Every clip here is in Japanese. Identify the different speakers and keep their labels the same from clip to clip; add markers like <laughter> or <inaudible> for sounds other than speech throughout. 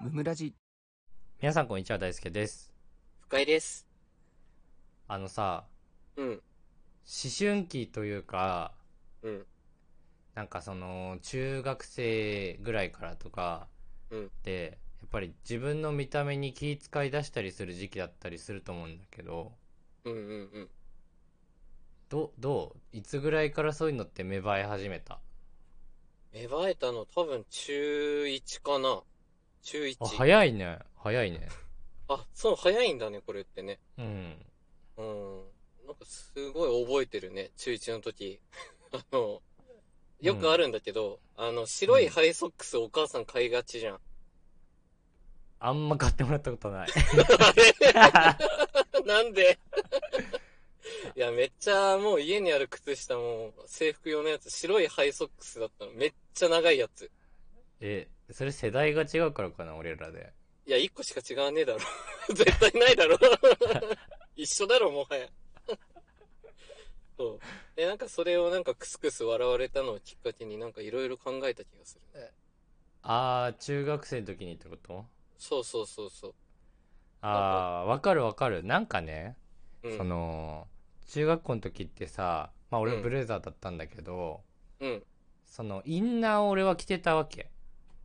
Speaker 1: ムムラジ
Speaker 2: 皆さんこんにちは大輔です
Speaker 3: 深井です。
Speaker 2: あのさ
Speaker 3: うん。
Speaker 2: 思春期というか
Speaker 3: うん。
Speaker 2: なんかその中学生ぐらいからとか
Speaker 3: うん
Speaker 2: でやっぱり自分の見た目に気遣い出したりする時期だったりすると思うんだけど
Speaker 3: うんうんうん。
Speaker 2: どどういつぐらいからそういうのって芽生え始めた
Speaker 3: 芽生えたの多分中1かな。中1。
Speaker 2: あ早いね早いね
Speaker 3: あ、そう、早いんだね、これってね。
Speaker 2: うん
Speaker 3: うん。なんかすごい覚えてるね、中1の時。 <laughs> あの、よくあるんだけど、あの、白いハイソックスお母さん買いがちじゃん。
Speaker 2: あんま買ってもらったこと
Speaker 3: <laughs>
Speaker 2: ない
Speaker 3: あれなんで <laughs> いや、めっちゃもう家にある靴下も制服用のやつ、白いハイソックスだったの。めっちゃ長いやつ。
Speaker 2: えそれ世代が違うからかな俺らで
Speaker 3: いや、一個しか違わねえだろ。 <laughs> 絶対ないだろ。 <laughs> 一緒だろ、もはや。 <laughs> そう。え、なんかそれをなんかクスクス笑われたのをきっかけになんかいろいろ考えた気がするね。
Speaker 2: ああ中学生の時にってこと
Speaker 3: そうそうそうそ
Speaker 2: ああわかるわかるなんかね
Speaker 3: う。うん。
Speaker 2: その中学校の時ってさまあ俺
Speaker 3: うん
Speaker 2: ブレザーだったんだけど、
Speaker 3: うん。は
Speaker 2: そのインナーを俺は着てたわけ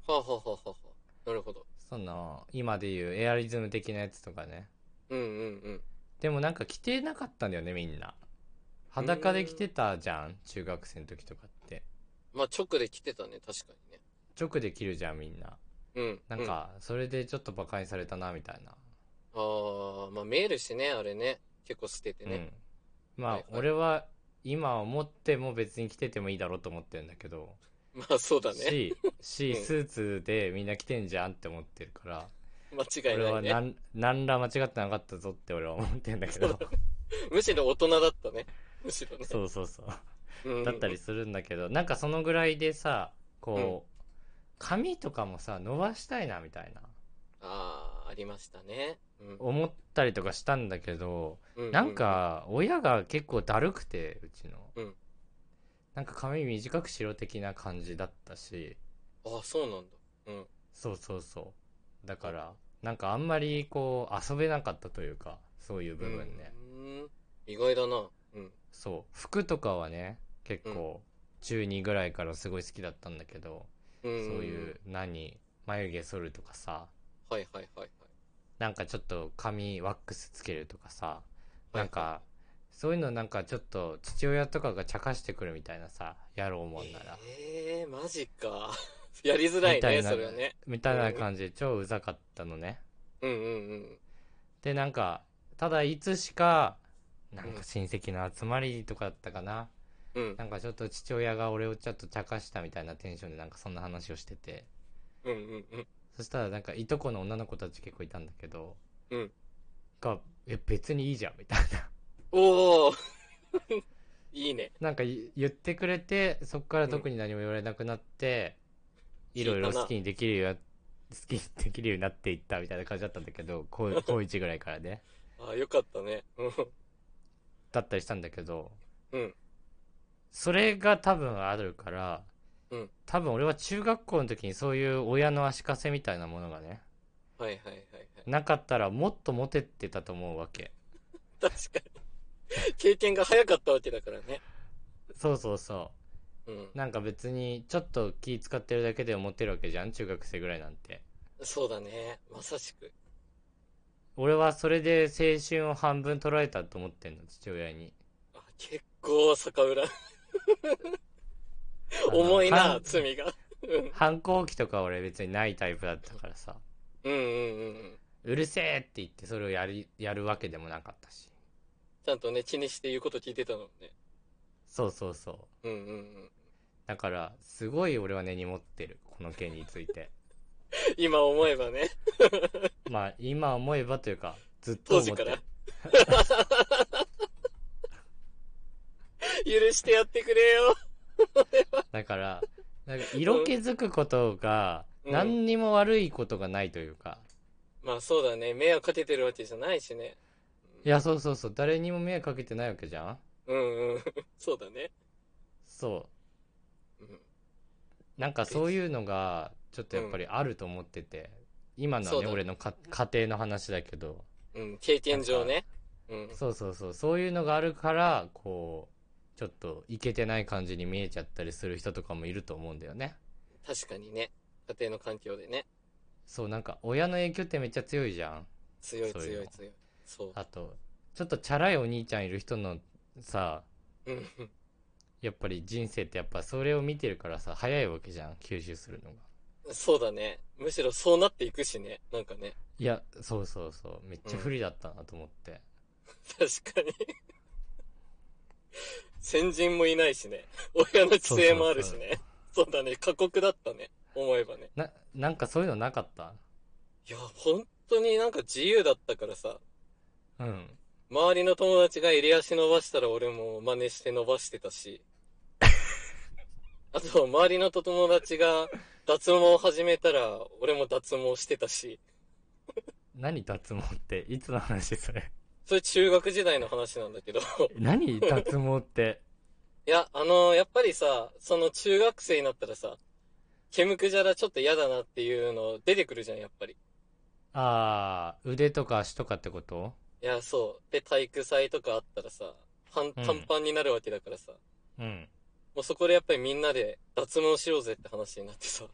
Speaker 3: あ、はあはあはあはあ、なるほど。
Speaker 2: その今でいうエアリズム的なやつとかね
Speaker 3: うんうんうん。
Speaker 2: でもなんか着てなかったんだよねみんな裸で着てたじゃん中学生の時とかって
Speaker 3: まあ、直で来てたね、確かにね。
Speaker 2: 直で着るじゃんみんな
Speaker 3: うん。
Speaker 2: なん
Speaker 3: うあ
Speaker 2: かそれでちょっとバカにされたなみたいな
Speaker 3: あー、まあ、メールしね、あれね。結構捨ててね。
Speaker 2: うん、まあ、
Speaker 3: はいはい
Speaker 2: 俺は今思っても別に着ててもいいだろうと思ってるんだけど
Speaker 3: まあ、そうだね。 <laughs>
Speaker 2: しし
Speaker 3: うん
Speaker 2: スーツでみんな着てんじゃんって思ってるから
Speaker 3: 間違い
Speaker 2: 俺
Speaker 3: な
Speaker 2: はい
Speaker 3: ね
Speaker 2: な。ん何ら間違ってなかったぞって俺は思ってんだけ
Speaker 3: そう
Speaker 2: ど
Speaker 3: だむしろ大人だったね。むしろね。
Speaker 2: そうそうそう
Speaker 3: うんうん
Speaker 2: だったり。するんだけどなんかそのぐらいでさこう髪とかもさ伸ばしたいなみたいな
Speaker 3: ああ、ありましたね。うん
Speaker 2: 思ったりとかしたんだけど
Speaker 3: う
Speaker 2: なん、か親が結構だるくてうちの、
Speaker 3: うん
Speaker 2: なんか髪短くしろ的な感じだったし
Speaker 3: ああ、そうなんだ。うん。
Speaker 2: そうそうそうだからなんかあんまりこう遊べなかったというかそういう部分ね、
Speaker 3: うん。意外だな。うん。
Speaker 2: そう服とかはね結構中2ぐらいからすごい好きだったんだけど、
Speaker 3: うん。
Speaker 2: そういう。何眉毛剃るとかさ
Speaker 3: はいはいはいはい。
Speaker 2: なんかちょっと髪ワックスつけるとかさなん
Speaker 3: はい
Speaker 2: かそういうのなんかちょっと父親とかが茶化してくるみたいなさやろうもんなら、
Speaker 3: ええー、マジか。 <laughs> やりづらい
Speaker 2: みた
Speaker 3: ね、
Speaker 2: いな
Speaker 3: それはね。
Speaker 2: みたいな感じで超うざかったのね
Speaker 3: うんうんうん。
Speaker 2: でなんかただいつしかなんか親戚の集まりとかだったかな、
Speaker 3: うん。
Speaker 2: なんかちょっと父親が俺をちょっと茶化したみたいなテンションでなんかそんな話をしてて
Speaker 3: うんうんうん。
Speaker 2: そしたらなんかいとこの女の子たち結構いたんだけど、
Speaker 3: うん
Speaker 2: がえ別にいいじゃんみたいな
Speaker 3: おお <laughs> いいね。
Speaker 2: なんかい言ってくれてそっから特に何も言われなくなって、
Speaker 3: うん
Speaker 2: いろい
Speaker 3: 聞
Speaker 2: ろ
Speaker 3: いたな
Speaker 2: 好きにできるよう好きにできるようになっていったみたいな感じだったんだけど
Speaker 3: <laughs>
Speaker 2: 高高1ぐらいからね
Speaker 3: ああ、よかったね。うん。
Speaker 2: だったりしたんだけど、
Speaker 3: うん
Speaker 2: それが多分あるから、
Speaker 3: うん
Speaker 2: 多分俺は中学校の時にそういう親の足かせみたいなものがね
Speaker 3: はいはいはいはい。
Speaker 2: なかったらもっとモテてたと思うわけ
Speaker 3: 確かに。経験が早かったわけだからね。
Speaker 2: そうそうそ
Speaker 3: うん
Speaker 2: う。なんか別にちょっと気使ってるだけでモテるわけじゃん中学生ぐらいなんて
Speaker 3: そうだね。まさしく。
Speaker 2: 俺はそれで青春を半分取られたと思ってんの父親に
Speaker 3: あ結構、逆恨
Speaker 2: あ
Speaker 3: <laughs>
Speaker 2: の
Speaker 3: 重いな
Speaker 2: 反、
Speaker 3: 罪が。
Speaker 2: 反抗期とか俺別にないタイプだったからさ
Speaker 3: うんうんうんうん。
Speaker 2: うるせえって言ってそれをやりやるわけでもなかったし
Speaker 3: ちゃんとね、気にして言うこと聞いてたのね。
Speaker 2: そうそうそう
Speaker 3: うんうんうん。
Speaker 2: だからすごい俺は根に持ってるこの件について
Speaker 3: 今思えばね、
Speaker 2: まあ今思えばというかずっと
Speaker 3: 当
Speaker 2: 思
Speaker 3: 時
Speaker 2: っ
Speaker 3: か
Speaker 2: て
Speaker 3: ら
Speaker 2: る。
Speaker 3: 許してやってくれよ。
Speaker 2: だからなんか色気づくことが
Speaker 3: うん
Speaker 2: 何にも悪いことがないというか、
Speaker 3: まあそうだね、迷惑かけてるわけじゃないしね。
Speaker 2: いやそうそうそう誰にも迷惑かけてないわけじゃん
Speaker 3: うんうん。そうだね。
Speaker 2: そ
Speaker 3: うん
Speaker 2: うなんかそういうのがちょっとやっぱりあると思ってて、今の
Speaker 3: そ
Speaker 2: は
Speaker 3: う
Speaker 2: ね
Speaker 3: だ
Speaker 2: 俺のか家庭の話だけど
Speaker 3: うん、経験上ね。うん。
Speaker 2: そうそうそうそういうのがあるからこうちょっといけてない感じに見えちゃったりする人とかもいると思うんだよね
Speaker 3: 確かにね。家庭の環境でね。
Speaker 2: そうなんか親の影響ってめっちゃ強いじゃん
Speaker 3: 強い
Speaker 2: そういう
Speaker 3: 強
Speaker 2: の
Speaker 3: い強い。そ
Speaker 2: あとちょっとチャラいお兄ちゃんいる人のさ
Speaker 3: う。うん。
Speaker 2: やっぱり人生ってやっぱそれを見てるからさ早いわけじゃん吸収するのが
Speaker 3: そうだね。むしろそうなっていくしね。なんかね。
Speaker 2: いやそうそうそうめっちゃ不利だったなと思って、
Speaker 3: 確かに。先人もいないしね。親の規制もあるしね。そうだね。過酷だったね。思えばね。
Speaker 2: ななんかそういうのなかった
Speaker 3: いや、本当になんか自由だったからさ。
Speaker 2: うん
Speaker 3: 周りの友達が襟足伸ばしたら俺も真似して伸ばしてたし。あと、周りの友達が脱毛を始めたら俺も脱毛してたし。
Speaker 2: 何脱毛っていつの話それ
Speaker 3: それ中学時代の話なんだけど。
Speaker 2: 何脱毛って <laughs>
Speaker 3: いや、あのやっぱりさ、その中学生になったらさ、毛むくじゃらちょっと嫌だなっていうの出てくるじゃん、やっぱり。
Speaker 2: ああ腕とか足とかってこと
Speaker 3: いや、そう。で、体育祭とかあったらさ、パン、
Speaker 2: うん
Speaker 3: 短パンになるわけだからさ、
Speaker 2: うん
Speaker 3: もうそこでやっぱりみんなで脱毛しようぜって話になってさ、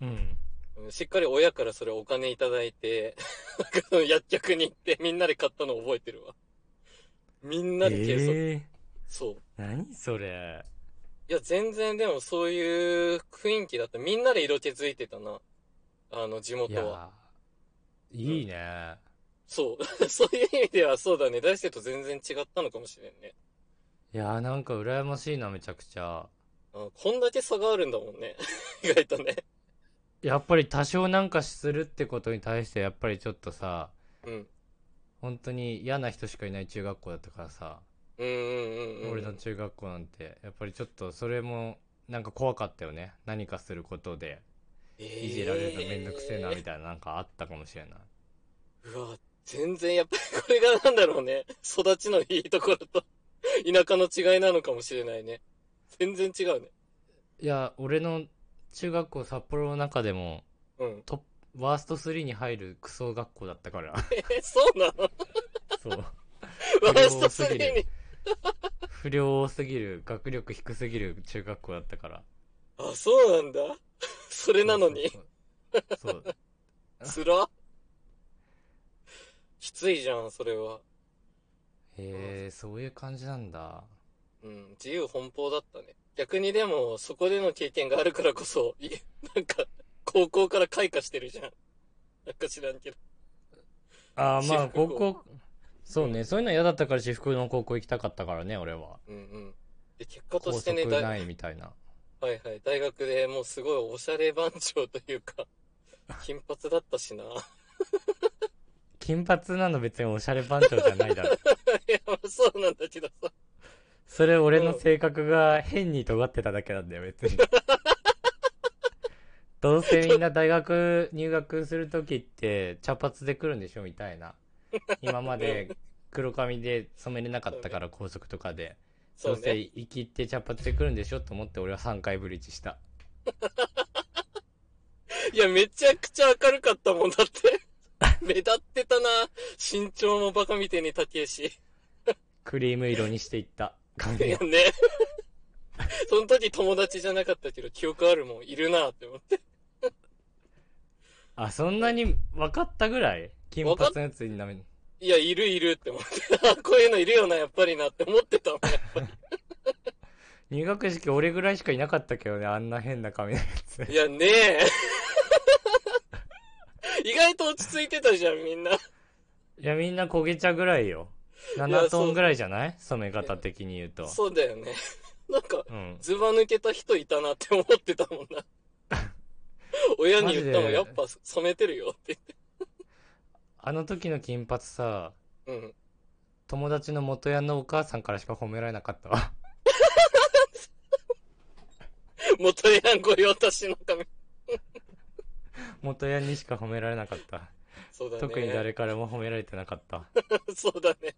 Speaker 2: うん
Speaker 3: うんしっかり親からそれお金いただいて、 <laughs> なんかその薬局に行ってみんなで買ったの覚えてるわ。みんなで計測、
Speaker 2: えー、
Speaker 3: そう。
Speaker 2: 何それ
Speaker 3: いや、全然でもそういう雰囲気だった。みんなで色気づいてたな。あの、
Speaker 2: い
Speaker 3: 地元は。
Speaker 2: やいいね、
Speaker 3: そう。 <laughs> そういう意味ではそうだね。大生と全然違ったのかもしれんね。
Speaker 2: いやーなんか羨ましいなめちゃくちゃ
Speaker 3: あこんだけ差があるんだもんね。 <laughs> 意外とね。
Speaker 2: やっぱり多少なんかするってことに対してやっぱりちょっとさ
Speaker 3: うん。
Speaker 2: 本当に嫌な人しかいない中学校だったからさ、
Speaker 3: うんうんうんうん。
Speaker 2: 俺の中学校なんてやっぱりちょっとそれもなんか怖かったよね何かすることでいじられるのめんどくせえなみ
Speaker 3: たい
Speaker 2: たいななんかあったかもしれない
Speaker 3: な。うわ、全然やっぱりこれがなんだろうね。育ちのいいところと田舎の違いなのかもしれないね。全然違うね。
Speaker 2: いや俺の中学校札幌の中でも
Speaker 3: うん。 <laughs>
Speaker 2: トップワースト3に入るクソ学校だったから <laughs>
Speaker 3: え、そうなの
Speaker 2: そう
Speaker 3: ワ
Speaker 2: 不
Speaker 3: ー
Speaker 2: 良
Speaker 3: スト
Speaker 2: すぎる
Speaker 3: 3に。
Speaker 2: 不良多すぎる学力低すぎる中学校だったから
Speaker 3: あ、そうなんだ。それなのに。
Speaker 2: そうそうそう
Speaker 3: つらきついじゃん、それは。
Speaker 2: へえそういう感じなんだ
Speaker 3: うん、自由奔放だったね。逆にでも、そこでの経験があるからこそ、 <laughs> いなんか、高校から開花してるじゃん。 <laughs> なんか知らんけど。
Speaker 2: ああまあ
Speaker 3: 私服
Speaker 2: 高
Speaker 3: 校
Speaker 2: 校そうね、そういうの嫌だったから私服の高校行きたかったからね俺は
Speaker 3: うんうん。で、結果と
Speaker 2: 校
Speaker 3: して
Speaker 2: 則
Speaker 3: ね、大
Speaker 2: ないみたいな
Speaker 3: はいはい、大学でもうすごいおしゃれ番長という
Speaker 2: <laughs>
Speaker 3: か、金髪だったしな。い <laughs>
Speaker 2: 金髪なの別におしゃれ番長じゃないだろ
Speaker 3: や、まあそうなんだけどさ。
Speaker 2: それ俺の性格が変に尖ってただけなんだよ別
Speaker 3: <laughs>
Speaker 2: にどうせみんな大学入学する時って茶髪で来るんでしょみたいな今まで黒髪で染めれなかったから校則とかで
Speaker 3: そ
Speaker 2: どう
Speaker 3: う
Speaker 2: せ
Speaker 3: ね。
Speaker 2: 生きって茶髪で来るんでしょと思って俺は3回ブリーチした
Speaker 3: いや、めちゃくちゃ明るかったもんだって。 <laughs> 目立ってたな。身長もバカみてえに高えし。
Speaker 2: クリーム色にしていった髪
Speaker 3: いや
Speaker 2: を
Speaker 3: ね。 <laughs> その時友達じゃなかったけど、記憶あるもん、いるなって思って。
Speaker 2: あそんなに分かったぐらい金
Speaker 3: わかっ
Speaker 2: 髪のやつになめ
Speaker 3: いや、いるいるって思って。あ <laughs> こういうのいるよな、やっぱりなって思ってたもん。
Speaker 2: 入学式俺ぐらいしかいなかったけどねあんな変な髪のやつ
Speaker 3: いや、ねえ。 <laughs> 意外と落ち着いてたじゃん、みんな。
Speaker 2: いや、みんな焦げ茶ぐらいよ。7トンぐらいじゃない染め方的に言うと。
Speaker 3: そうだよね。なんか、
Speaker 2: うん。
Speaker 3: ズバ抜けた人いたなって思ってたもん
Speaker 2: <laughs>
Speaker 3: な。親に言った
Speaker 2: マ
Speaker 3: もん、
Speaker 2: ジで
Speaker 3: やっぱ染めてるよって
Speaker 2: あの時の金髪さ、
Speaker 3: 言って。うん。
Speaker 2: 友達の元ヤンのお母さんからしか褒められなかったわ。 <laughs>
Speaker 3: 元ヤンご用達の髪。
Speaker 2: 元ヤンにしか褒められなかった。
Speaker 3: そうだね。
Speaker 2: 特に誰からも褒められてなかった。
Speaker 3: <laughs> そうだね。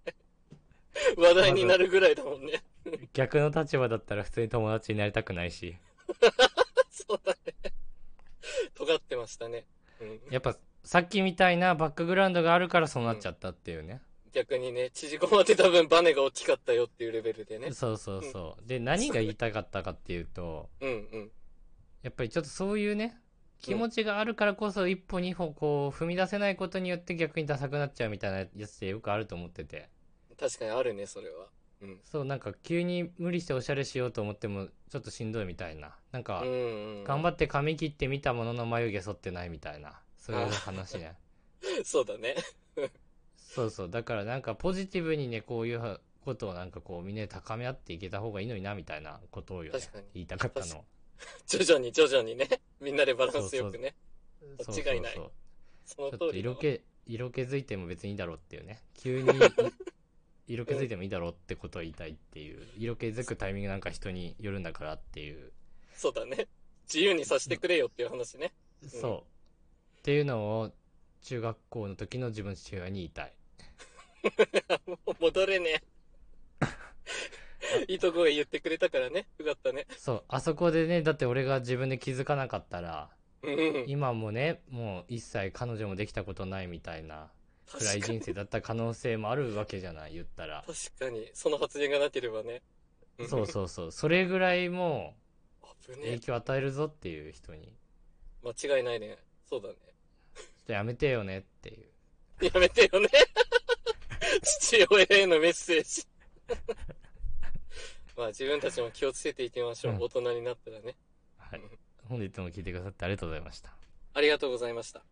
Speaker 3: 話題になるぐらいだもんね。
Speaker 2: 逆の立場だったら普通に友達になりたくないし。
Speaker 3: <laughs> そうだね。尖ってましたね。うん。
Speaker 2: やっぱさっきみたいなバックグラウンドがあるからそうなっちゃったっていうね。
Speaker 3: 逆にね、縮こまってた分バネが大きかったよっていうレベルでね。
Speaker 2: そうそうそう。で、何が言いたかったかっていうと、
Speaker 3: うんうん。
Speaker 2: やっぱりちょっとそういうね、気持ちがあるからこそ一歩二歩こう踏み出せないことによって逆にダサくなっちゃうみたいなやつってよくあると思ってて。
Speaker 3: 確かにあるね、それは。うん。
Speaker 2: そう、なんか急に無理しておしゃれしようと思ってもちょっとしんどいみたいな。なんか
Speaker 3: う、ん、うん。
Speaker 2: 頑張って髪切ってみたものの眉毛剃ってないみたいな。そういう話
Speaker 3: <laughs>
Speaker 2: ね。
Speaker 3: そうだね。 <laughs>
Speaker 2: そうそう。だからなんかポジティブにね、こういうことをなんかこうみんなで高め合っていけた方がいいのになみたいなことをよ、ね
Speaker 3: 確かに、
Speaker 2: 言いたかった
Speaker 3: 確
Speaker 2: の。
Speaker 3: 徐々に徐々にね、みんなでバランスよくね。
Speaker 2: そう
Speaker 3: 間違いない
Speaker 2: そう
Speaker 3: そ
Speaker 2: そう。ちょ
Speaker 3: の
Speaker 2: っと
Speaker 3: 通りだ
Speaker 2: 色
Speaker 3: わ。
Speaker 2: 気、色気づいても別にいいだろうっていうね。急に <laughs> 色気づいてもいいだろうってことを言いたいっていう。色気づくタイミングなんか人によるんだからっていう。
Speaker 3: そうだね。自由にさせてくれよっていう話ね。 <laughs>
Speaker 2: そう。っていうのを中学校の時の自分の父親に言いたい。
Speaker 3: もう戻れね
Speaker 2: <laughs>
Speaker 3: え。いいとこが言ってくれたからね。よかったね。
Speaker 2: そう。あそこでね、だって俺が自分で気づかなかったら、
Speaker 3: うんうん。
Speaker 2: 今もねもう一切彼女もできたことないみたいな
Speaker 3: 確
Speaker 2: 暗い
Speaker 3: かに。
Speaker 2: 人生だった可能性もあるわけじゃない言ったら
Speaker 3: 確かに。その発言がなければね。ん
Speaker 2: そうそうそうそれぐらいも
Speaker 3: 危
Speaker 2: う
Speaker 3: ね
Speaker 2: 影響与えるぞっていう人に
Speaker 3: え。間違いないね。そうだね。
Speaker 2: ちょっとやめてよねっていう
Speaker 3: やめてよね。 <laughs> 父親へのメッセージ。 <laughs> まあ自分たちも気をつけていきましょう
Speaker 2: う。ん
Speaker 3: 大人になったらね。
Speaker 2: は
Speaker 3: う
Speaker 2: い
Speaker 3: ん
Speaker 2: 本日も聞いてくださってありがとうございました
Speaker 3: ありがとうございました。